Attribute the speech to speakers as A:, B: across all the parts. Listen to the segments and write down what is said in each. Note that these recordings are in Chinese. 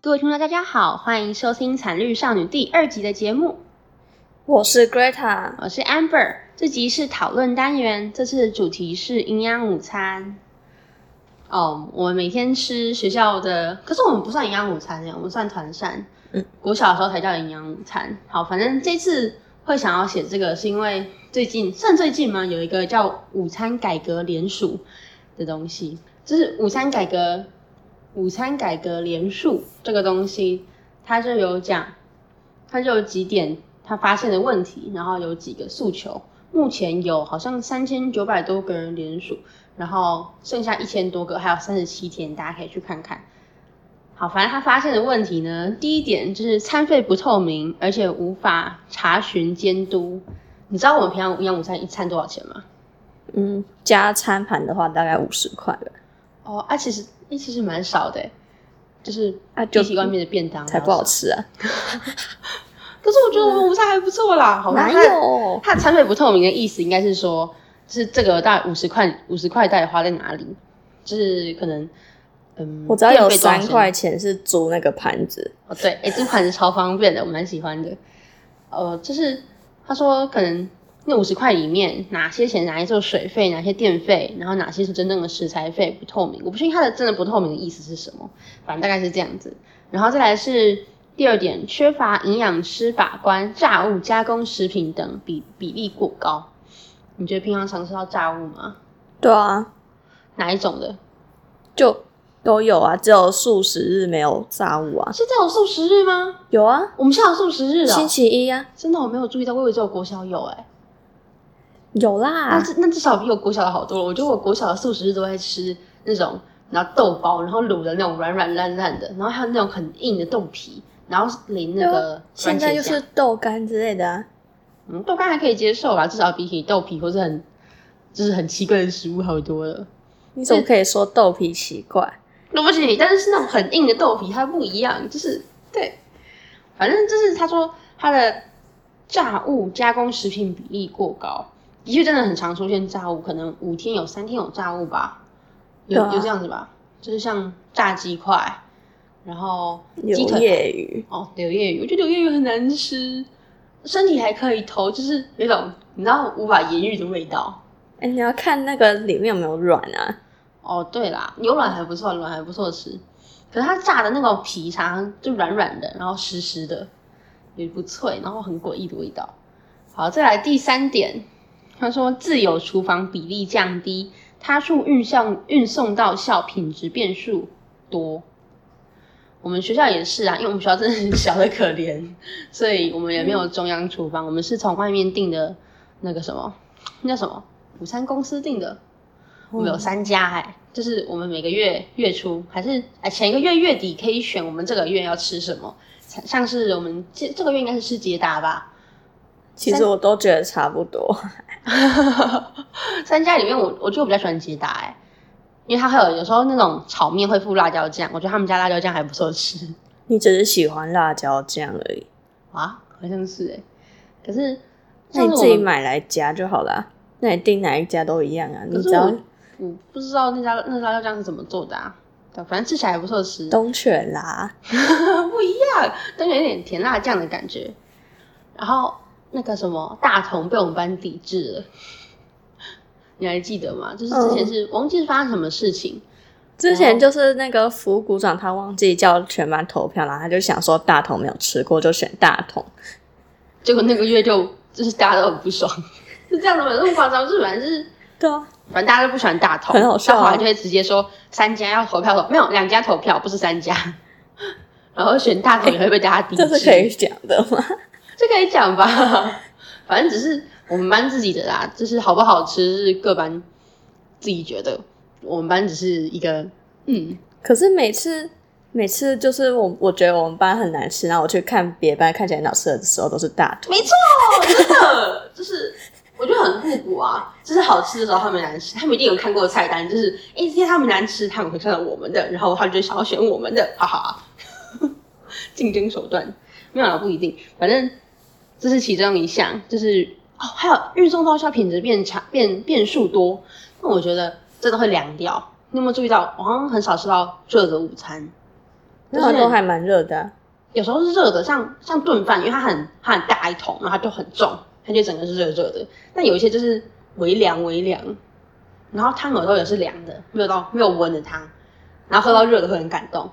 A: 各位听众大家好，欢迎收听《惨绿少女》第二集的节目，
B: 我是 Greta，
A: 我是 Amber。这集是讨论单元，这次的主题是营养午餐。哦，我们每天吃学校的，可是我们不算营养午餐耶，我们算团膳。
B: 嗯，
A: 我小的时候才叫营养午餐。好，反正这次会想要写这个，是因为最近算最近吗？有一个叫午餐改革联署的东西，就是午餐改革午餐改革联署这个东西，它就有讲，它就有几点他发现的问题，然后有几个诉求。目前有好像三千九百多个人联署，然后剩下一千多个，还有三十七天，大家可以去看看。好，反正他发现的问题呢，第一点就是餐费不透明，而且无法查询监督。你知道我们平常营养午餐一餐多少钱吗？
B: 嗯，加餐盘的话大概五十块吧，
A: 哦，啊，其实诶其实蛮少的，欸就是
B: 啊就
A: 比起外面的便当
B: 才
A: 还要
B: 不好
A: 少。
B: 吃啊，
A: 可是我觉得我们午餐还不错啦，好吧
B: 哪
A: 它
B: 有？
A: 它的餐费不透明的意思应该是说，就是这个大概五十块，五十块到底花在哪里？就是可能，嗯，
B: 我只要有
A: 电费多少
B: 三
A: 钱
B: 块钱是租那个盘子，
A: 哦，对，哎、这款是超方便的，我蛮喜欢的。呃，就是他说可能那五十块里面，哪些钱拿来做水费，哪些电费，然后哪些是真正的食材费不透明，我不确定它的真的不透明的意思是什么，反正大概是这样子。然后再来是第二点，缺乏营养师把关，炸物、加工食品等比比例过高。你觉得平常常吃到炸物吗？
B: 对啊，
A: 哪一种的？
B: 就都有啊，只有素食日没有炸物啊，
A: 现在有素食日吗？
B: 有啊，
A: 我们现在有素食日啊、
B: 星期一啊，
A: 真的我没有注意到，我以为只有国小有哎、
B: 有
A: 那
B: 啦，
A: 至那至少比我国小的好多了。我觉得我国小的素食日都在吃那种，然后豆包，然后卤的那种软软烂烂的，然后还有那种很硬的豆皮，然后淋那个番
B: 现在
A: 茄
B: 就
A: 酱
B: 是豆干之类的啊，
A: 嗯，豆干还可以接受啦，至少比起豆皮或是很就是很奇怪的食物好多了。
B: 你怎么可以说豆皮奇怪？
A: 对不起，但是是那种很硬的豆皮，它不一样，就是对，反正就是他说它的炸物加工食品比例过高，的确真的很常出现炸物，可能五天有三天有炸物吧，有、
B: 对啊
A: 有这样子吧，就是像炸鸡块，然后
B: 柳
A: 鸡腿
B: 叶鱼，
A: 哦，柳叶鱼，我觉得柳叶鱼很难吃，身体还可以投，就是有一种你知道无法言喻的味道。
B: 哎，你要看那个里面有没有软啊，
A: 哦，对啦，牛卵还不错，卵还不错吃。可是它炸的那个皮常常就软软的，然后湿湿的，也不脆，然后很诡异的味道。好，再来第三点，他说自有厨房比例降低，他处运向运送到校品质变数多。我们学校也是啊，因为我们学校真的很小的可怜，所以我们也没有中央厨房，我们是从外面订的那个什么，那叫什么午餐公司订的。我们有三家哎、就是我们每个月月初还是哎前一个月月底可以选我们这个月要吃什么，像像是我们这这个月应该是吃捷达吧，
B: 其实我都觉得差不多，
A: 三家里面我我觉得我比较喜欢捷达哎、因为它还有有时候那种炒面会附辣椒酱，我觉得他们家辣椒酱还不错吃。
B: 你只是喜欢辣椒酱而已。
A: 啊，好像是哎、可是
B: 那
A: 像
B: 你
A: 是
B: 自
A: 我
B: 己
A: 们
B: 买来加就好啦。那你订哪一家都一样啊，
A: 可是
B: 你只要
A: 我我不知道那家那辣椒酱是怎么做的啊，对，反正吃起来还不错吃，
B: 东犬啦，
A: 不一样，都有点甜辣酱的感觉。然后那个什么大同被我们班抵制了，你还记得吗？就是
B: 嗯
A: 之前是、我忘记是发生什么事情，
B: 之前就是那个服务股长他忘记叫全班投票啦，他就想说大同没有吃过就选大同，
A: 结果那个月就就是大家都很不 爽，是这样的吗？那么夸张，就是反正就是。
B: 对啊，
A: 反正大家都不喜欢大同，
B: 很好笑啊
A: 到后来就会直接说三家要投票投，没有两家投票，不是三家。 然后选大同也会被大家抵制，
B: 哎这是可以讲的吗？
A: 这可以讲吧？ 反正只是我们班自己的啦，就是好不好吃是各班自己觉得。我们班只是一个，嗯，
B: 可是每次每次就是我我觉得我们班很难吃，然后我去看别班看起来很好吃的时候都是大同，
A: 没错，真的就是我觉得很互补啊。就是好吃的时候他们难吃，他们一定有看过菜单，就是哎，今天他们难吃，他们会看到我们的，然后他们就想要选我们的，哈哈。 竞争手段没有啦，不一定，反正这是其中一项，就是哦，还有运送到校品质变差变变数多，那我觉得真的会凉掉。你有没有注意到，我好像很少吃到热的午餐？
B: 那个
A: 就是
B: 都还蛮热的啊、
A: 有时候是热的，像像炖饭，因为它很它很大一桶，然后它就很重，它就整个是热热的。但有一些就是微凉微凉，然后汤有时候也是凉的，没有到没有温的汤，然后喝到热的会很感动。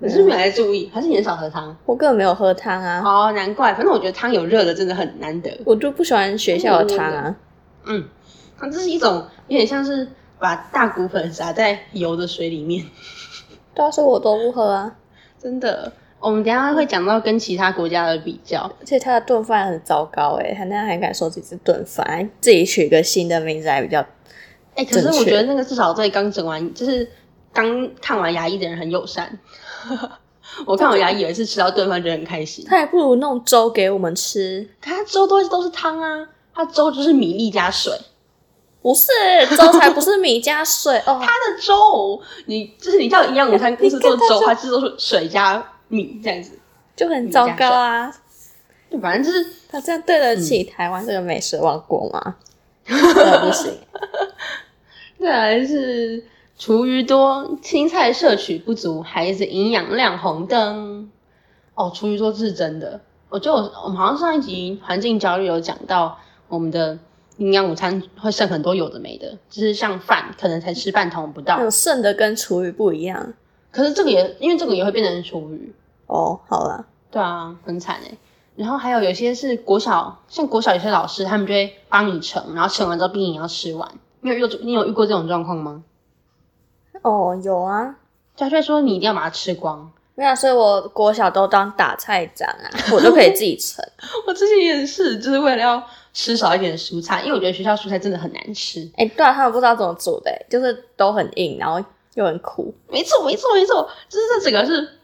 A: 你是不是没有在注意？还是你很少喝汤？
B: 我根本没有喝汤啊，
A: 哦，难怪。反正我觉得汤有热的真的很难得。
B: 我就不喜欢学校的汤啊。
A: 嗯，它这是一种有点像是把大骨粉撒在油的水里面，
B: 对啊，所以我都不喝啊。
A: 真的。我们等一下会讲到跟其他国家的比较，
B: 而且他的炖饭很糟糕哎、他那样还敢说自己是炖饭，还自己取一个新的名字还比较
A: 哎、可是
B: 正
A: 我
B: 确
A: 觉得那个至少对刚整完，就是刚看完牙医的人很友善。 我看完牙医有一次吃到炖饭，觉得很开心。
B: 他还不如弄粥给我们吃。
A: 可它粥都都是汤啊，它粥就是米粒加水。
B: 不是粥才不是米加水哦，
A: 它的粥，你就是你叫营养午餐公司做
B: 你看它
A: 粥，
B: 就
A: 它是做水加米这样子。
B: 就很糟糕啊！
A: 就反正就是
B: 他这样对得起台湾这个美食王国吗？对不行，
A: 再来是厨余多，青菜摄取不足，孩子营养亮红灯。哦，厨余多这是真的。我觉得我我们好像上一集环境焦虑有讲到，我们的营养午餐会剩很多有的没的，就是像饭可能才吃半桶不到
B: 那，种剩的跟厨余不一样
A: 可是这个也因为这个也会变成厨余，
B: 哦。好了，
A: 对啊，很惨哎。然后还有有些是国小，像国小有些老师他们就会帮你盛，然后盛完之后逼你要吃完。你有遇到你有遇过这种状况吗？
B: 哦，有啊，
A: 他就会说你一定要把它吃光。
B: 没有啊，所以我国小都当打菜长啊，我都可以自己盛。
A: 我之前也是，就是为了要吃少一点蔬菜，因为我觉得学校蔬菜真的很难吃。
B: 哎、对啊，他们不知道怎么煮的、欸就是都很硬，然后又很苦。
A: 没错，没错，没错，就是这整个是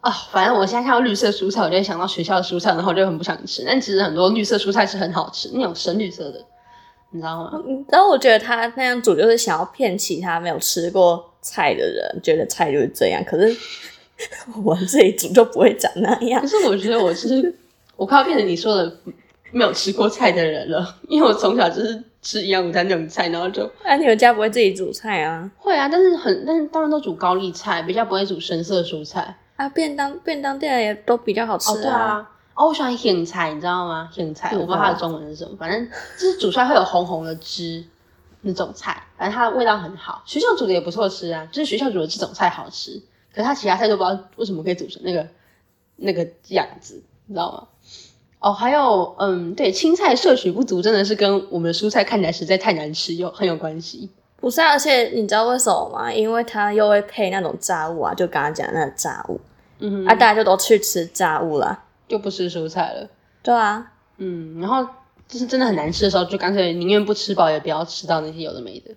A: 啊、反正我现在看到绿色蔬菜，我就会想到学校的蔬菜，然后我就很不想吃。但其实很多绿色蔬菜是很好吃，那种深绿色的，你知道吗？
B: 然后我觉得他那样煮就是想要骗其他没有吃过菜的人，觉得菜就是这样。可是 我们自己煮就不会长那样
A: 可。是我觉得我是我快要变成你说的没有吃过菜的人了，因为我从小就是吃营养午餐那种菜，然后就
B: 那、你们家不会自己煮菜啊？
A: 会啊，但是很但是当然都煮高丽菜，比较不会煮深色蔬菜。
B: 啊，便当便当店也都比较好吃
A: 哦，对啊，哦，我喜欢苋菜，你知道吗？苋菜，我不知道它的中文是什么，反正就是煮出来会有红红的汁那种菜，反正它的味道很好。学校煮的也不错吃啊，就是学校煮的这种菜好吃，可是它其他菜都不知道为什么可以煮成那个那个样子，你知道吗？哦，还有，嗯，对，青菜摄取不足真的是跟我们的蔬菜看起来实在太难吃有很有关系。
B: 不是啊，而且你知道为什么吗？因为它又会配那种炸物啊，就刚刚讲的那个炸物、
A: 嗯
B: 啊，
A: 哼，
B: 大家就都去吃炸物啦。
A: 就不吃蔬菜了。
B: 对啊，
A: 嗯，然后就是真的很难吃的时候，就干脆宁愿不吃饱，也不要吃到那些有的没的。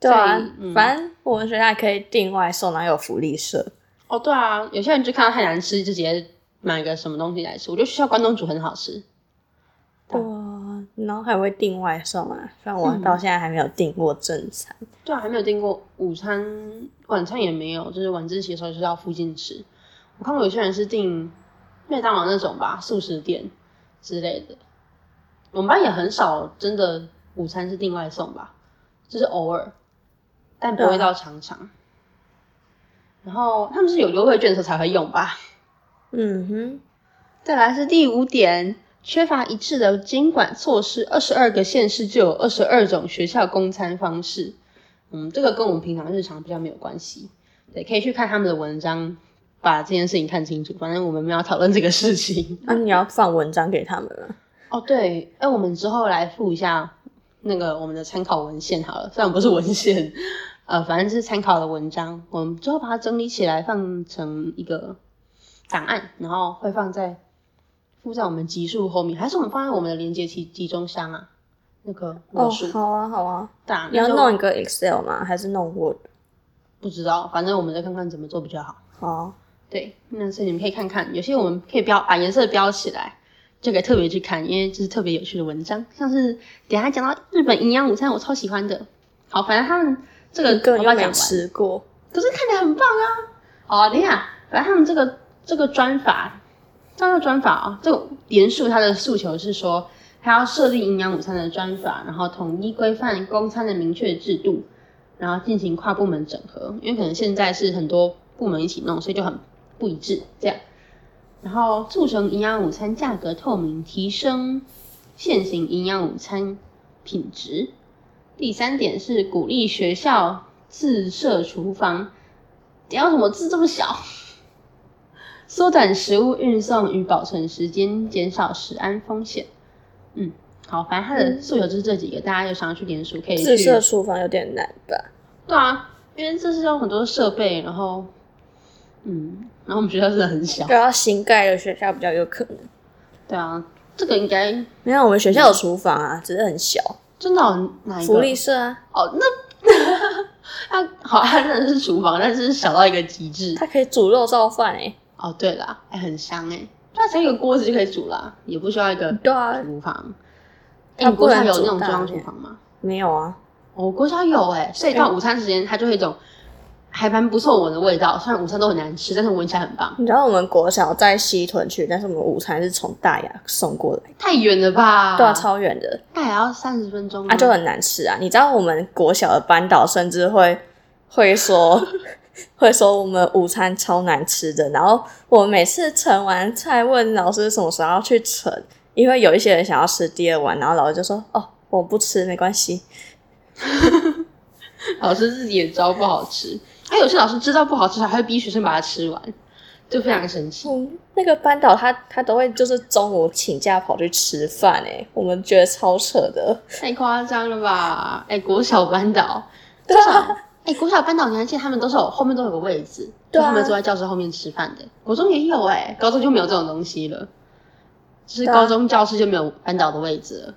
B: 对啊
A: 所以，嗯
B: 反正我们学校还可以订外送，然后有福利社。
A: 哦，对啊，有些人就看到太难吃，就直接买个什么东西来吃。我觉得学校关东煮很好吃，对
B: 哇，啊然后还会订外送啊，虽然我
A: 嗯
B: 到现在还没有订过正餐。
A: 对啊，还没有订过午餐，晚餐也没有，就是晚自习的时候就是到附近吃。我看过有些人是订麦当劳那种吧，素食店之类的。我们班也很少真的午餐是订外送吧，就是偶尔，但不
B: 对
A: 会
B: 啊
A: 到常常。然后他们是有优惠券的时候才会用吧。
B: 嗯哼，
A: 再来是第五点，缺乏一致的监管措施，二十二个县市就有二十二种学校供餐方式。嗯，这个跟我们平常日常比较没有关系，对，可以去看他们的文章，把这件事情看清楚。反正我们没有要讨论这个事情。
B: 那、你要放文章给他们啊吗？
A: 哦，对，哎，我们之后来附一下那个我们的参考文献好了，虽然不是文献，呃，反正是参考的文章，我们之后把它整理起来放成一个档案，然后会放在附在我们集数后面，还是我们放在我们的连接集集中箱啊？那个
B: 哦
A: 魔术，
B: 好啊，好啊，
A: 档，
B: 你要
A: 那就
B: 弄一个 Excel 吗？还是弄 Word？
A: 不知道，反正我们再看看怎么做比较好。啊
B: 好，
A: 对，那所以你们可以看看，有些我们可以标把颜色标起来，就可以特别去看，因为这是特别有趣的文章。像是等一下讲到日本营养午餐，我超喜欢的。好，反正他们这个
B: 一个
A: 我
B: 人
A: 不要讲
B: 又没
A: 完，
B: 吃过，
A: 可是看起来很棒啊。好啊，等一下，反正他们这个这个专法，它的专法啊、这个联署它的诉求是说，它要设立营养午餐的专法，然后统一规范供餐的明确制度，然后进行跨部门整合。因为可能现在是很多部门一起弄，所以就很不一致。这样，然后促成营养午餐价格透明，提升现行营养午餐品质。第三点是鼓励学校自设厨房，要什么字这么小？ 缩短食物运送与保存时间，减少食安风险。嗯，好，反正它的诉求就是这几个，大家有想要去联署可以去。
B: 嗯自设厨房有点难吧？
A: 对啊，因为这是有很多设备，然后，嗯，然后我们学校真的很小。
B: 对啊，新盖的学校比较有可能。
A: 对啊，这个应该
B: 没有，我们学校有厨房啊，只是很小，
A: 真的有哪一个
B: 福利社啊，
A: 哦，那 它好，它真的是厨房，但是小到一个极致。
B: 它可以煮肉燥饭哎、
A: 哦，对啦，哎、很香哎、它只要一个锅子就可以煮啦，也不需要一个
B: 对啊
A: 厨房。哎、
B: 它
A: 你国
B: 不
A: 家
B: 能
A: 有
B: 煮
A: 那种
B: 大
A: 中央
B: 的
A: 厨房吗？
B: 没有啊，
A: 哦我国家有哎、所以到午餐时间，它就会有一种还蛮不错闻的味道。虽然午餐都很难吃，但是闻起来很棒。
B: 你知道我们国小在西屯区，但是我们午餐是从大雅送过来，
A: 太远了吧？
B: 对啊，超远的
A: 那也要三十分钟
B: 啊，就很难吃啊。你知道我们国小的班导甚至会会说 会说我们午餐超难吃的，然后我每次盛完菜问老师什么时候要去盛，因为有一些人想要吃第二碗，然后老师就说哦我不吃没关系，
A: 老师自己也知道不好 吃，还哎有些老师知道不好吃，还会逼学生把它吃完，就非常神奇。
B: 嗯，那个班导他他都会就是中午请假跑去吃饭哎、我们觉得超扯的。
A: 太夸张了吧？哎、国小班 导，对啊，哎、国小班导，你还记得他们都是有后面都有个位置，
B: 对啊
A: 就他们坐在教室后面吃饭的。国中也有哎、高中就没有这种东西了，就是
B: 对啊
A: 高中教室就没有班导的位置了。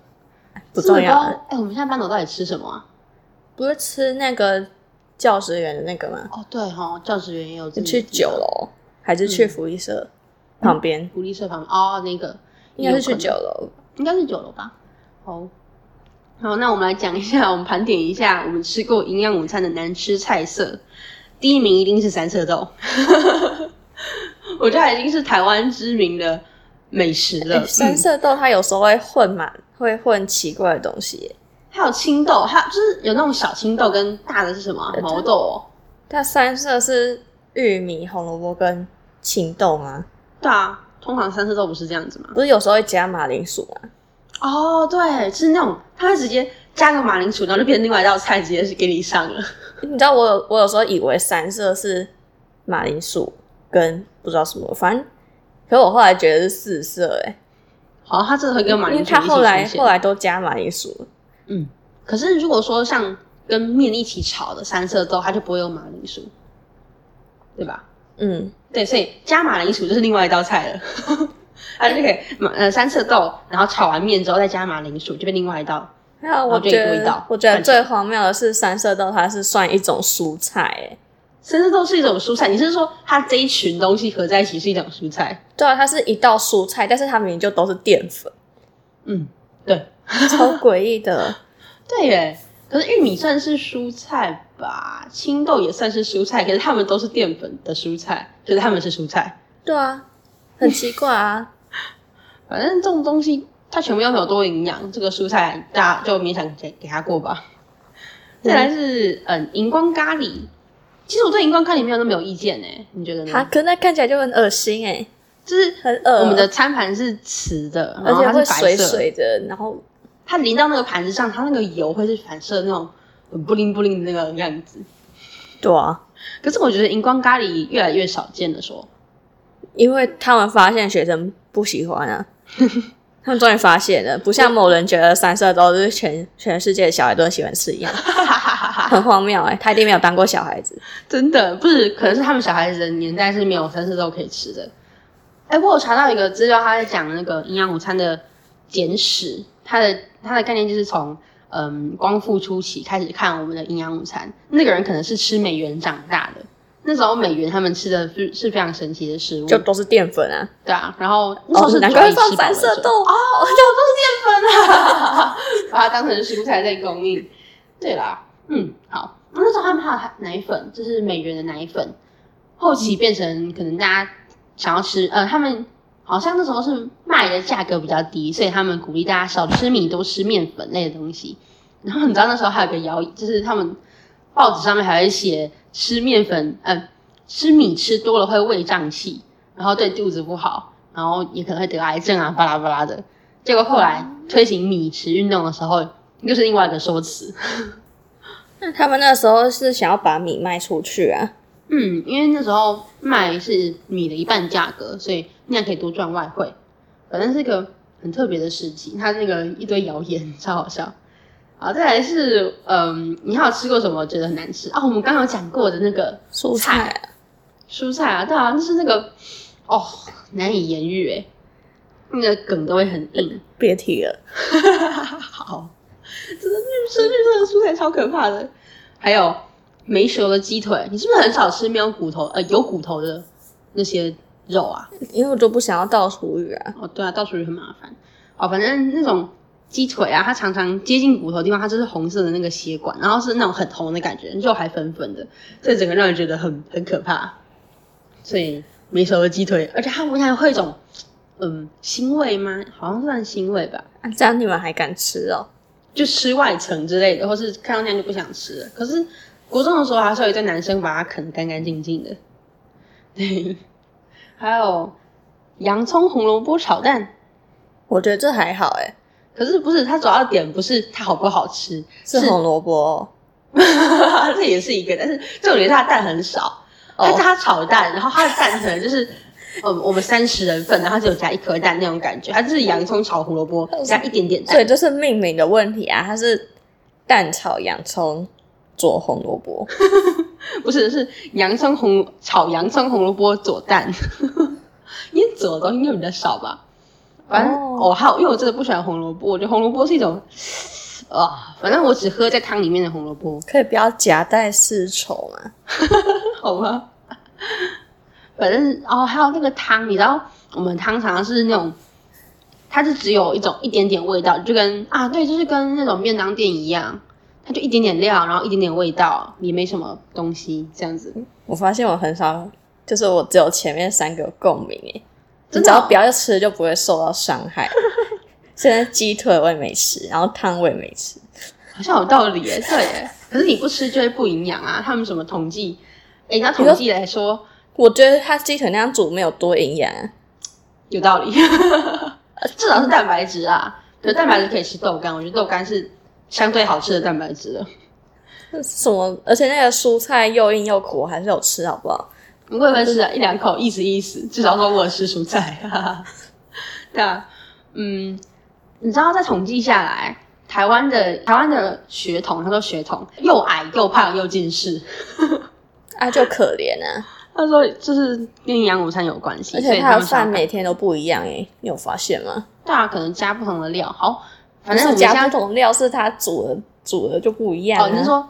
B: 不重要啊
A: 这么高哎、我们现在班导到底吃什么啊？
B: 不是吃那个教职员的那个吗？
A: 哦，对哦，教职员也有自
B: 你
A: 己
B: 去
A: 的
B: 九楼还是去福利社、旁边？
A: 福利社旁边哦，那个
B: 应该
A: 有
B: 是
A: 可
B: 去
A: 能
B: 九楼。
A: 应该是九楼吧。好，好，那我们来讲一下，我们盘点一下我们吃过营养午餐的难吃菜色。第一名一定是三色豆， 我觉得它已经是台湾知名的美食了。嗯
B: 哎三色豆它有时候会混满，会混奇怪的东西耶。
A: 还有青豆，还有就是有那种小青豆跟大的是什么啊
B: 对
A: 毛豆哦？
B: 但三色是玉米、红萝卜跟青豆吗？
A: 对啊，通常三色豆不是这样子吗？
B: 不是有时候会加马铃薯吗？
A: 哦，对，是那种它会直接加个马铃薯，然后就变成另外一道菜，直接是给你上了。
B: 你知道我有我有时候以为三色是马铃薯跟不知道什么，反正可我后来觉得是四色哎、
A: 好，它真的会跟马铃
B: 因为
A: 薯一起
B: 它后来
A: 出现
B: 后来都加马铃薯了，
A: 嗯，可是如果说像跟面一起炒的三色豆，它就不会有马铃薯，对吧？
B: 嗯，
A: 对，所以加马铃薯就是另外一道菜了。 它就可以马呃三色豆，然后炒完面之后再加马铃薯，就变另外一道。
B: 还有我
A: 就
B: 觉
A: 一个味
B: 得
A: 道
B: 我觉得
A: 看起来
B: 最荒谬的是三色豆，它是算一种蔬菜哎、
A: 三色豆是一种蔬菜，你是说它这一群东西合在一起是一种蔬菜？
B: 对啊，它是一道蔬菜，但是它明明就都是淀粉，
A: 嗯，对，
B: 超诡异的。
A: 对耶。可是玉米算是蔬菜吧，青豆也算是蔬菜，可是它们都是淀粉的蔬菜，就是它们是蔬菜。
B: 对啊，很奇怪啊。
A: 反正这种东西它全部又没有多营养，这个蔬菜大家就勉强给给它过吧。再来是嗯荧光咖喱，其实我对荧光咖喱没有那么有意见呢、你觉得
B: 它
A: 呢？
B: 可是它看起来就很恶心哎、
A: 就是
B: 很恶
A: 我们的餐盘是瓷的，
B: 嗯而
A: 然后它
B: 且会
A: 是白
B: 水
A: 色，
B: 水的，然后
A: 它淋到那个盘子上，它那个油会是反射那种很布灵布灵的那个样子。
B: 对啊，
A: 可是我觉得荧光咖喱越来越少见了， 说
B: 因为他们发现学生不喜欢 啊，他们终于发现了，不像某人觉得三色豆是全全世界的小孩都很喜欢吃一 样，很荒谬哎、他一定没有当过小孩子，
A: 真的不是，可能是他们小孩子的年代是没有三色豆可以吃的。哎、我有查到一个资料，他在讲那个营养午餐的简史，它的它的概念就是从嗯光复初期开始看我们的营养午餐。那个人可能是吃美元长大的，那时候美元他们吃的是是非常神奇的食物，
B: 就都是淀粉啊，
A: 对啊。然后那时候
B: 哦
A: 是，
B: 难
A: 主要
B: 怪
A: 以
B: 会放
A: 吃饱
B: 三
A: 为
B: 色
A: 主
B: 豆啊，
A: 把它当成蔬菜在供应。对啦，嗯，好。那时候他们还有奶粉，就是美元的奶粉，后期变成可能大家想要吃，呃，他们好像那时候是卖的价格比较低，所以他们鼓励大家少吃米，多吃面粉类的东西。然后你知道那时候还有个谣，就是他们报纸上面还会写吃面粉，呃，吃米吃多了会胃胀气，然后对肚子不好，然后也可能会得癌症啊，巴拉巴拉的。结果后来推行米食运动的时候，又是另外一个说辞。
B: 那嗯他们那时候是想要把米卖出去啊，
A: 嗯，因为那时候卖是米的一半价格，所以那样可以多赚外汇。反正是个很特别的事情，它那个一堆谣言超好笑。好，再来是，嗯，你还有吃过什么觉得很难吃啊？我们刚刚有讲过的那个
B: 蔬菜啊
A: 蔬菜啊，对啊，就是那个哦，难以言喻诶，那个梗都会很硬。
B: 别提了。
A: 好，真的绿色绿色的蔬菜超可怕的。还有没熟的鸡腿，你是不是很少吃没有骨头呃有骨头的那些肉啊？
B: 因为我都不想要倒厨余啊。
A: 哦，对啊，到处也很麻烦。哦，反正那种鸡腿啊，它常常接近骨头的地方，它就是红色的那个血管，然后是那种很红的感觉，肉还粉粉的，所以整个让人觉得很很可怕。所以没熟的鸡腿，而且它闻起来会有一种嗯腥味吗？好像算腥味吧。
B: 啊这样你们还敢吃哦？
A: 就吃外层之类的，或是看到那样就不想吃了。可是国中的时候，还是有一对男生把它啃得干干净净的。对，还有洋葱红萝卜炒蛋，
B: 我觉得这还好哎，
A: 可是不是它主要的点不是它好不好吃，
B: 是红萝卜哦、
A: 这也是一个，但是重点是它的蛋很少，它
B: 哦
A: 它炒蛋，然后它的蛋可能就是。嗯，我们三十人份，然后只有加一颗蛋那种感觉，它就是洋葱炒胡萝卜加一点点蛋
B: 所，以就是命名的问题啊。它是蛋炒洋葱佐红萝卜，
A: 不是，是洋葱红炒洋葱红萝卜佐蛋， 因为佐的东西应该比较少吧。反正
B: 哦
A: 哦，还有，因为我真的不喜欢红萝卜，我觉得红萝卜是一种，啊，反正我只喝在汤里面的红萝卜，
B: 可以不要夹带啊丝绸嘛？
A: 好吧。 反正哦，还有那个汤，你知道我们汤常常是那种，它是只有一种一点点味道，就跟啊对，就是跟那种便当店一样，它就一点点料，然后一点点味道，也没什么东西这样子。
B: 我发现我很少，就是我只有前面三个有共鸣哎，你
A: 真
B: 只
A: 的哦
B: 要不要吃就不会受到伤 害。现在鸡腿我也没吃，然后汤我也没吃，
A: 好像有道理耶，对 耶。可是你不吃就会不营养啊。他们什么统计，哎，拿统计来说
B: 我觉得它鸡腿那样煮没有多营养、啊。
A: 有道 理，呃至少是蛋白质啊。 可是蛋白质可以吃豆干，我觉得豆干是相对好吃的蛋白质了。
B: 什么？而且那个蔬菜又硬又苦，我还是有吃，好不好？
A: 我也会吃啊，一两口意思意思，至少说我有吃蔬菜。哈哈 对啊，嗯，你知道在统计下来，台湾的台湾的血统，他说血统又矮又胖又近视，
B: 啊，就可怜啊！
A: 他说就是跟营养午餐有关系，
B: 而
A: 所
B: 且
A: 以
B: 它
A: 他
B: 的
A: 们才
B: 饭
A: 要
B: 每天都不一样诶、你有发现吗？
A: 对啊，可能加不同的料。好，反正我
B: 不是
A: 们现
B: 加
A: 在
B: 不同料，是它煮的煮的就不一样、啊。
A: 哦，你是说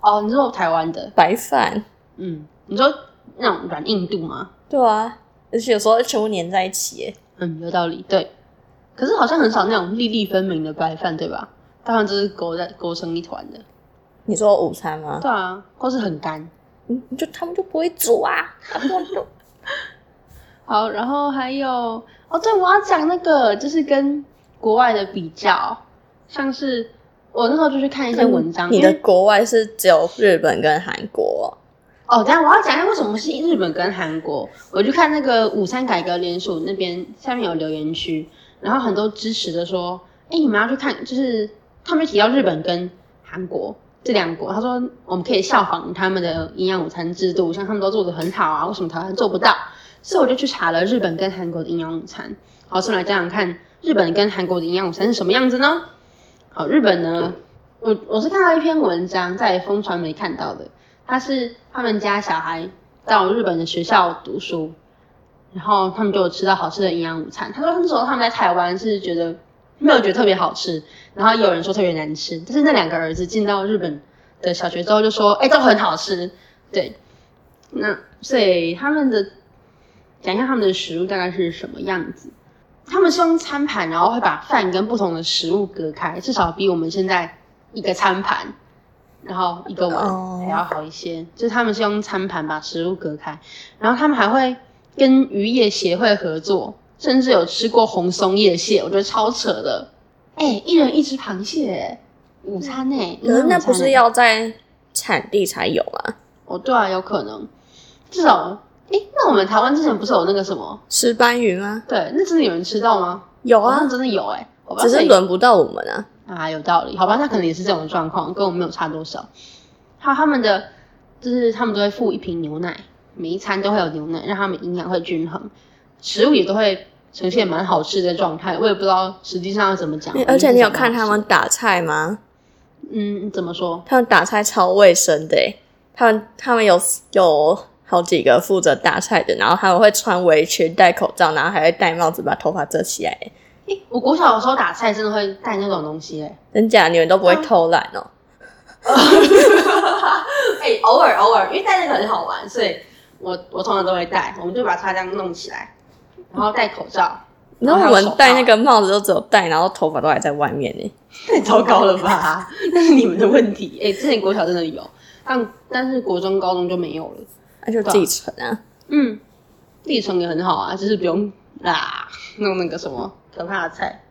A: 哦，你是说台湾的？
B: 白饭？
A: 嗯，你说那种软硬度吗？
B: 对啊，而且有时候全部粘在一起、欸，
A: 嗯，有道理。对，可是好像很少那种粒粒分明的白饭，对吧？当然就是勾在勾成一团的。
B: 你说午餐吗？
A: 对啊，或是很干。
B: 嗯，就他们就不会煮啊，他们就
A: 好，然后还有哦，对，我要讲那个就是跟国外的比较，像是我那时候就去看一些文章，
B: 你
A: 因
B: 的
A: 为
B: 国外是只有日本跟韩国
A: 哦，等一下我要讲一下为什么是日本跟韩国。我去看那个午餐改革联署那边下面有留言区，然后很多支持的说，哎，你们要去看，就是他们提到日本跟韩国这两国，他说我们可以效仿他们的营养午餐制度，像他们都做得很好啊，为什么台湾做不到？所以我就去查了日本跟韩国的营养午餐。好，所以我们来讲讲看日本跟韩国的营养午餐是什么样子呢？好，日本呢，我我是看到一篇文章在风传媒看到的，他是他们家小孩到日本的学校读书，然后他们就有吃到好吃的营养午餐。他说那时候他们在台湾是觉得没有觉得特别好吃，然后有人说特别难吃，但是那两个儿子进到日本的小学之后就说，哎、都很好吃。对，那所以他们的讲一下他们的食物大概是什么样子。他们是用餐盘，然后会把饭跟不同的食物隔开，至少比我们现在一个餐盘，然后一个
B: 哦
A: 碗还要好一些。就是他们是用餐盘把食物隔开，然后他们还会跟渔业协会合作，甚至有吃过红松叶蟹，我觉得超扯的。哎、一人一只螃蟹、午餐呢、
B: 嗯呃可是那不
A: 午餐欸
B: 是要在产地才有吗？
A: 啊哦，对啊，有可能。这种，哎，那我们台湾之前不是有那个什么？
B: 石斑鱼吗？
A: 对，那真的有人吃到吗？
B: 有
A: 好
B: 啊
A: 像，真的有哎、欸，好吧
B: 只
A: 所
B: 是
A: 以
B: 轮不到我们啊。
A: 啊，有道理，好吧，那可能也是这种状况，跟我们没有差多少。还有他们的，就是他们都会附一瓶牛奶，每一餐都会有牛奶，让他们营养会均衡，食物也都会呈现蛮好吃的状态。我也不知道实际上要怎么讲，
B: 欸而且你有看
A: 我哦
B: 他
A: 就是想
B: 们打菜吗？
A: 要吃，嗯，怎么说？
B: 他们打菜超卫生的欸，他们他们有有好几个负责打菜的，然后他们会穿围裙、戴口罩，然后还会戴帽子把头发遮起来欸。
A: 诶我国小的时候打菜真的会带那种东西哎、
B: 真假？你们都不会偷懒哦、
A: 哎、偶尔偶尔，因为带那个很好玩，所以我我通常都会带，我们就把它这样弄起来，然后戴口罩，
B: 然后
A: 还有
B: 我
A: 手
B: 们
A: 套
B: 戴那个帽子都只有戴，然后头发都还在外面欸呢、
A: 太糟糕了吧？ 那是你们的问题。哎、之前国小真的有，但但是国中、高中就没有了。
B: 那就自己存啊。
A: 嗯，地层也很好啊，就是不用啊弄那个什么可怕的菜。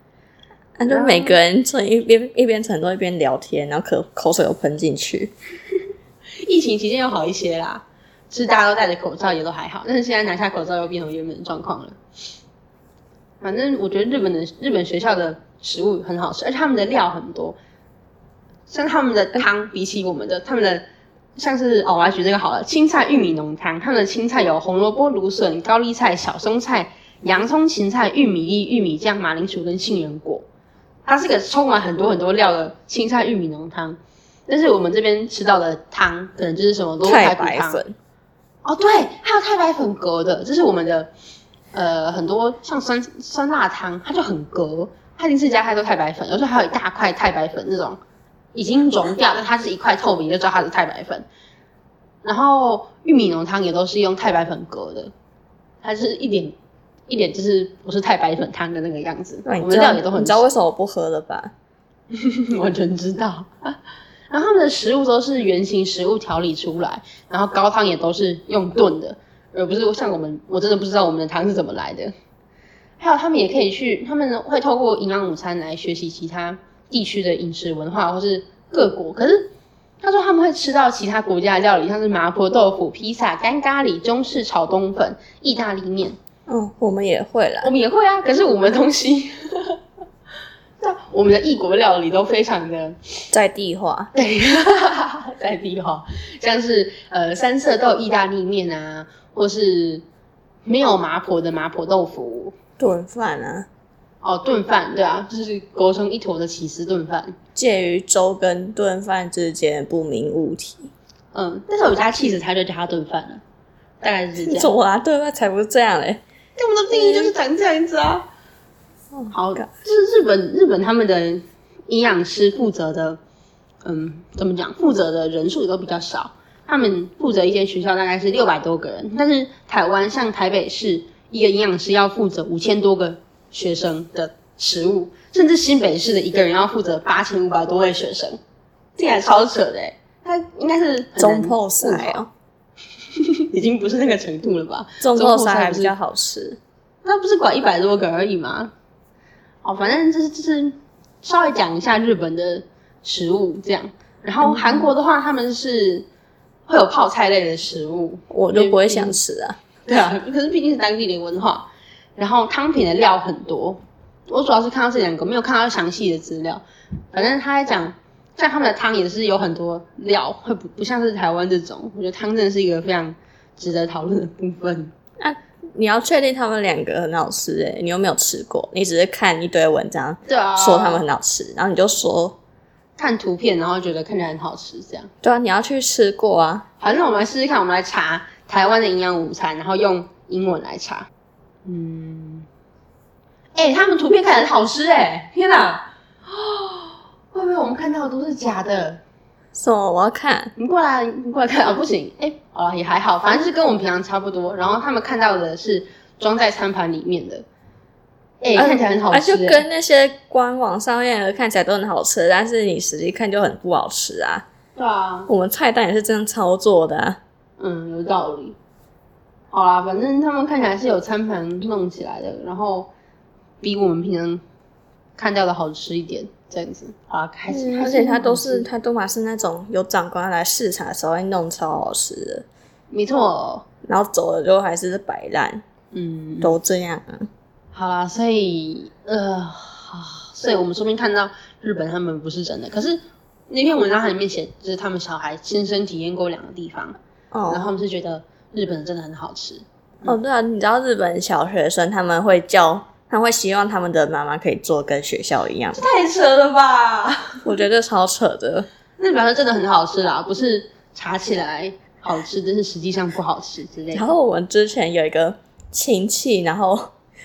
B: 那啊就每个人存一边一边存都一边聊天，然后可口水又喷进去。
A: 疫情期间又好一些啦，就是大家都戴着口罩也都还好，但是现在拿下口罩又变成原本的状况了。反正我觉得日本的日本学校的食物很好吃，而且他们的料很多，像他们的
B: 哎
A: 汤比起我们的，他们的像是哦，我来举这个好了，青菜玉米浓汤，他们的青菜有红萝卜、芦笋、高丽菜、小松菜、洋葱、芹菜、玉米粒、玉米酱、马铃薯跟杏仁果。它是一个充满很多很多料的青菜玉米浓汤，但是我们这边吃到的汤可能就是什么萝卜排
B: 太
A: 骨
B: 白
A: 汤，
B: 粉，
A: 哦，对，还有太白粉格的，这是我们的呃很多像酸酸辣汤，它就很格，它一定是加太多太白粉，有时候还有一大块太白粉那种已经融掉，但它是一块透明，就知道它是太白粉。然后玉米浓汤也都是用太白粉格的，它是一点一点就是不是太白粉汤的那个样子，
B: 那你
A: 我
B: 知
A: 们
B: 道
A: 料也都很
B: 你知道为什么我不喝了吧？
A: 完全知道。然后他们的食物都是原型食物调理出来，然后高汤也都是用炖的，而不是像我们，我真的不知道我们的汤是怎么来的。还有他们也可以去，他们会透过营养午餐来学习其他地区的饮食文化，或是各国。可是他说他们会吃到其他国家的料理，像是麻婆豆腐、披萨、干咖喱、中式炒冬粉、意大利面。
B: 嗯，我们也会啦
A: 我。们也会啊，可是我们的东 西，那我们的异国料理都非常的
B: 在地化，
A: 对，啊在地哈，像是呃三色豆意大利面啊，或是没有麻婆的麻婆豆腐，
B: 炖饭啊，
A: 哦炖饭，对啊，就是裹成一坨的起司炖饭，
B: 介于粥跟炖饭之间的不明物体。
A: 嗯，但是我加 cheese 它就叫它炖饭了，大概是这样。
B: 怎么啊？炖饭才不是这样嘞！
A: 但我们的定义就是长这样子啊。好，就
B: 感
A: 是日本日本他们的营养师负责的，嗯，怎么讲？负责的人数也都比较少。他们负责一间学校大概是六百多个人，但是台湾像台北市一个营养师要负责五千多个学生的食物，甚至新北市的一个人要负责八千五百多位学生，这还超扯的、欸。他应该是很
B: 中
A: 难啊
B: 泡菜
A: 顾好，
B: 哦，
A: 已经不是那个程度了吧？
B: 中泡菜还
A: 不
B: 比
A: 是
B: 较好吃。
A: 那不是管一百多个而已吗？哦，反正就是就是稍微讲一下日本的食物这样。然后韩国的话，他们是会有泡菜类的食物，
B: 我就不会想吃啊。
A: 对啊，可是毕竟是当地的文化。然后汤品的料很多，我主要是看到这两个，没有看到详细的资料。反正他在讲，像他们的汤也是有很多料，会不不像是台湾这种。我觉得汤真的是一个非常值得讨论的部分。
B: 你要确定他们两个很好吃诶、你又没有吃过，你只是看一堆文章
A: 对啊，
B: 说他们很好吃，然后你就说，
A: 看图片，然后觉得看起来很好吃，这样。
B: 对啊，你要去吃过啊。
A: 好，那我们来试试看，我们来查台湾的营养午餐，然后用英文来查。嗯，哎、他们图片看起来很好吃哎、天哪！ 哦，会不会我们看到的都是假的？
B: 什么？我要看
A: 你过来，你过来看啊、不行，哎、好了，也还好，反正就是跟我们平常差不多。然后他们看到的是装在餐盘里面的，哎、
B: 啊
A: 看起来很好
B: 啊，
A: 吃、
B: 就
A: 哎
B: 跟那些官网上面的看起来都很好吃，但是你实际看就很不好吃啊。
A: 对啊，
B: 我们菜单也是这样操作的、啊，
A: 嗯，有道理。好啦，反正他们看起来是有餐盘弄起来的，然后比我们平常看到的好吃一点，这样子。好啦，啊开始。
B: 嗯而且它
A: 它
B: 都是它都嘛是那种有长官来视察的时候会弄超好吃的，
A: 没错，
B: 然后走了之后还是摆烂，
A: 嗯，
B: 都这样啊。
A: 好啦，所以呃，啊所以我们说不定看到日本他们不是真的，可是那篇文章它里面写，就是他们小孩亲身体验过两个地方，然后他
B: 哦
A: 们是觉得日本的真的很好吃，
B: 哦，对啊，你知道日本小学生他们会叫，他会希望他们的妈妈可以做跟学校一样，
A: 太扯了吧？
B: 我觉得超扯的。
A: 那表示真的很好吃啦，不是查起来好吃，但是实际上不好吃之类的。
B: 然后我们之前有一个亲戚，然后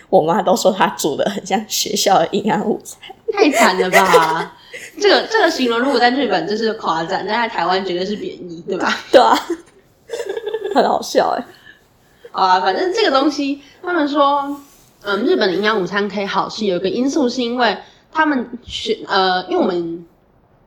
B: 我妈都说她煮的很像学校的营养午餐。
A: 太惨了吧？这个这个形容如果在日本这是夸赞，但在台湾绝对是贬义，对吧？
B: 对啊， 很好笑哎、
A: 好啊，反正这个东西，他们说，嗯，日本的营养午餐可以好吃，有一个因素是因为他们学呃，因为我们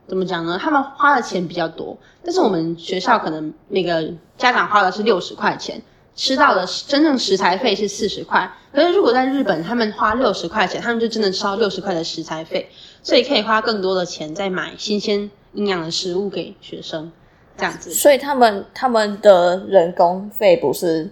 A: 怎么讲呢？他们花的钱比较多，但是我们学校可能那个家长花的是六十块钱，吃到的真正食材费是四十块。可是如果在日本，他们花六十块钱，他们就真的烧六十块的食材费，所以可以花更多的钱在买新鲜营养的食物给学生，这样子。
B: 所以他们他们的人工费不是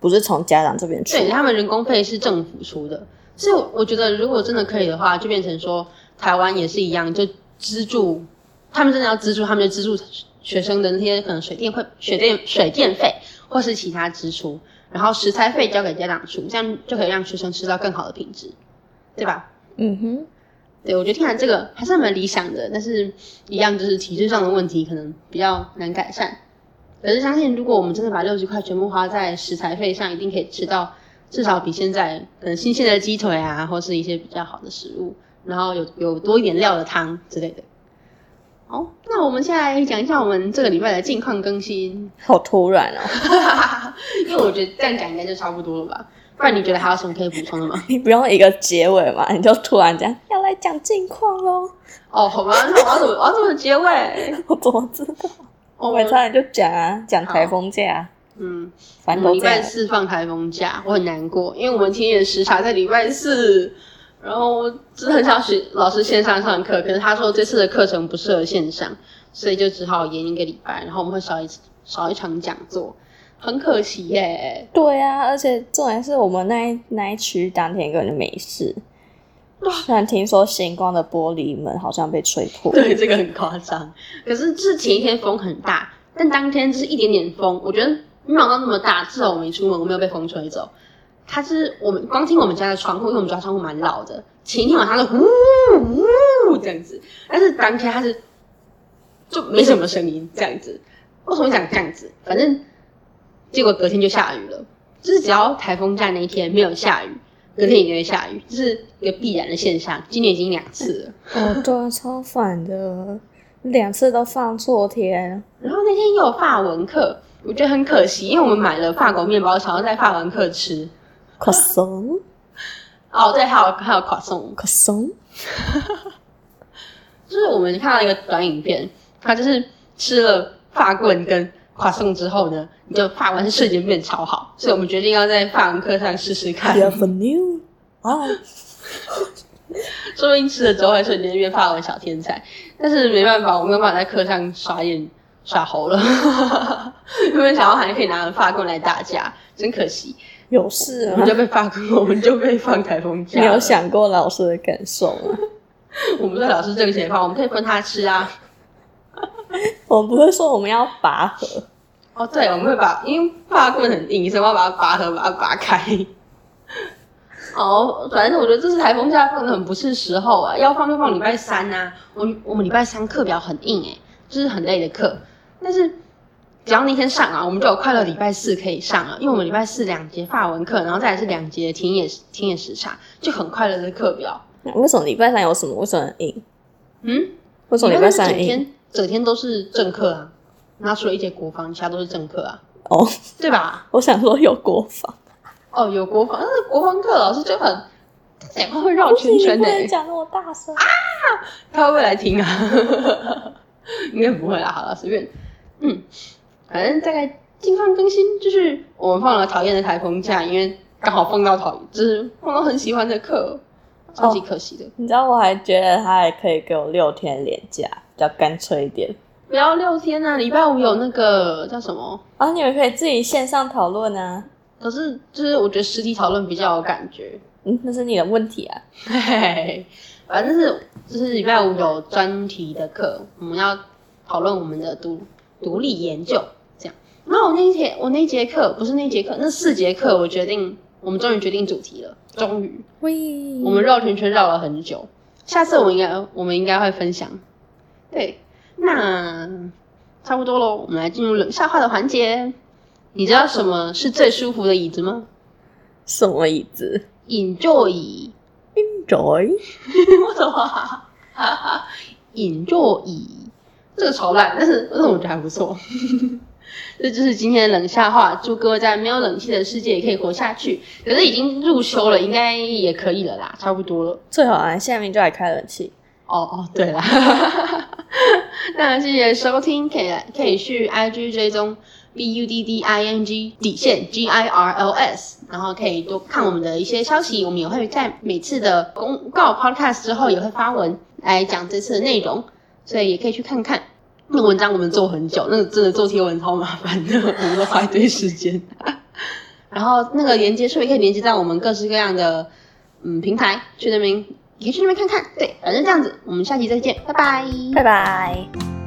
B: 不是从家长这边出
A: 对，他们人工费是政府出的，所以我觉得如果真的可以的话，就变成说台湾也是一样，就资助他们真的要资助，他们就资助学生的那些可能水电费、水电水电费或是其他支出，然后食材费交给家长出，这样就可以让学生吃到更好的品质，对吧？
B: 嗯哼，
A: 对，我觉得听完这个还是蛮理想的，但是一样就是体制上的问题可能比较难改善。可是相信，如果我们真的把六十块全部花在食材费上，一定可以吃到至少比现在可能新鲜的鸡腿啊，或是一些比较好的食物，然后有有多一点料的汤之类的。好，那我们现在讲一下我们这个礼拜的近况更新，
B: 好突然哦！
A: 因为我觉得这样讲应该就差不多了吧？不然你觉得还有什么可以补充的吗？
B: 你不用一个结尾嘛，你就突然这样要来讲近况喽？
A: 哦，好吧，那我要怎么我要怎么结尾？
B: 我怎么知道？
A: 我
B: 我每次来就讲啊，讲台风假、啊，
A: 嗯。
B: 反正
A: 我们礼
B: 都这样
A: 拜。四放台风假，我很难过，因为我们今天的时差在礼拜四。然后我真的很想学老师线上上课，可是他说这次的课程不适合线上，所以就只好延一个礼拜。然后我们会少一少一场讲座，很可惜耶。
B: 对啊，而且重点是我们那一那一区当天根本就没事。虽然听说星光的玻璃门好像被吹破，
A: 对，这个很夸张。 可是是前一天风很大，但当天就是一点点风，我觉得没有到那么大，至少我没出门，我没有被风吹走。它是我们光听我们家的窗户，因为我们家窗户蛮老的，前一天晚上是呜呜这样子，但是当天它是就没什么声音这样子。为什么讲这样子？反正结果隔天就下雨了，就是只要台风假那一天没有下雨，隔天一定会下雨，这是一个必然的现象。今年已经两次了。
B: 哦，对啊，超烦的，两次都放错天。
A: 然后那天也有法文课，我觉得很可惜，因为我们买了法国面包，想要在法文课吃。
B: 可松
A: 哦，对，还有还有垮松，
B: 可松，
A: 就是我们看到一个短影片，他就是吃了法棍跟垮松之后呢，你就法文是瞬间变超好，所以我们决定要在法文课上试试看
B: y，o u have a new 啊，
A: 说不定吃了之后会瞬间变法文小天才。但是没办法，我没有办法在课上耍眼耍猴了， 因为想要还可以拿法棍来打架，真可 惜，
B: 有事
A: 我
B: 吗
A: 们？就被法棍，我们就被放台风假
B: 你
A: 了。
B: 有想过老师的感受啊吗？
A: 我们对老师这个写法，我们可以分他吃啊。
B: 我们不会说我们要拔河，
A: 哦，对，我们会把，因为发棍很硬，所以我要把它拔河，把它拔开。 哦，反正我觉得这次台风假放的很不是时候啊，要放就放礼拜三啊。我们我们礼拜三课表很硬诶、欸就是很累的课，但是只要那天上啊，我们就有快乐礼拜四可以上啊了，因为我们礼拜四两节法文课，然后再来是两节田野田野时差，就很快乐的课表。
B: 那为什么礼拜三有什么？为什么很硬？
A: 嗯，
B: 为什么礼拜三
A: 整
B: 很硬？
A: 天整天都是政课啊，那除了一节国防，其他都是政课啊，
B: 哦，
A: 对吧？
B: 我想说有国防，
A: 哦，有国防，但是国防课老师就很他讲话会绕
B: 不行，
A: 圈圈欸
B: 你不
A: 的、
B: 能讲那么大声。
A: 他会不会来听啊？ 应该不会啦，好了，随便，嗯，反正大概近况更新就是我们放了讨厌的台风假，因为刚好放到讨就是放到很喜欢的课，超级
B: 哦
A: 可惜的。
B: 你知道我还觉得他还可以给我六天连假，比较干脆一点。
A: 不要六天啊，礼拜五有那个叫什么？
B: 啊，你们可以自己线上讨论啊。
A: 可是就是我觉得实体讨论比较有感觉。
B: 嗯，那是你的问题啊。
A: 嘿嘿嘿， 反正是就是礼拜五有专题的课，我们要讨论我们的独独立研究这样。然后我那一天我那一节课不是那一节课，那四节课我决定，我们终于决定主题了，终于，
B: 喂，
A: 我们绕圈圈绕了很久。下次我应该我们应该会分享。对，那差不多喽，我们来进入冷笑话的环节。你知道什么是最舒服的椅子吗？
B: 什么椅子
A: 引座椅。
B: ？Joy，
A: 为什么、啊？哈哈， 引座椅这个超烂，但是但是我觉得还不错。 这就是今天的冷笑话，祝各位在没有冷气的世界也可以活下去。可是已经入秋了，应该也可以了啦，差不多了。
B: 最好啊，下面就来开冷气。
A: 哦哦，对啦， 那谢谢收听，可以来可以去 IG 追踪 B U D D I N G 底线 G I R L S，然后可以多看我们的一些消息，我们也会在每次的公告 Podcast 之后也会发文来讲这次的内容，所以也可以去看看。那个文章我们做很久，那个真的做贴文超麻烦的，我们都花一堆时间。 然后那个连接处也可以连接到我们各式各样的嗯平台，去那边也可以去那边看看。对，反正这样子，我们下期再见，拜拜。
B: 拜拜。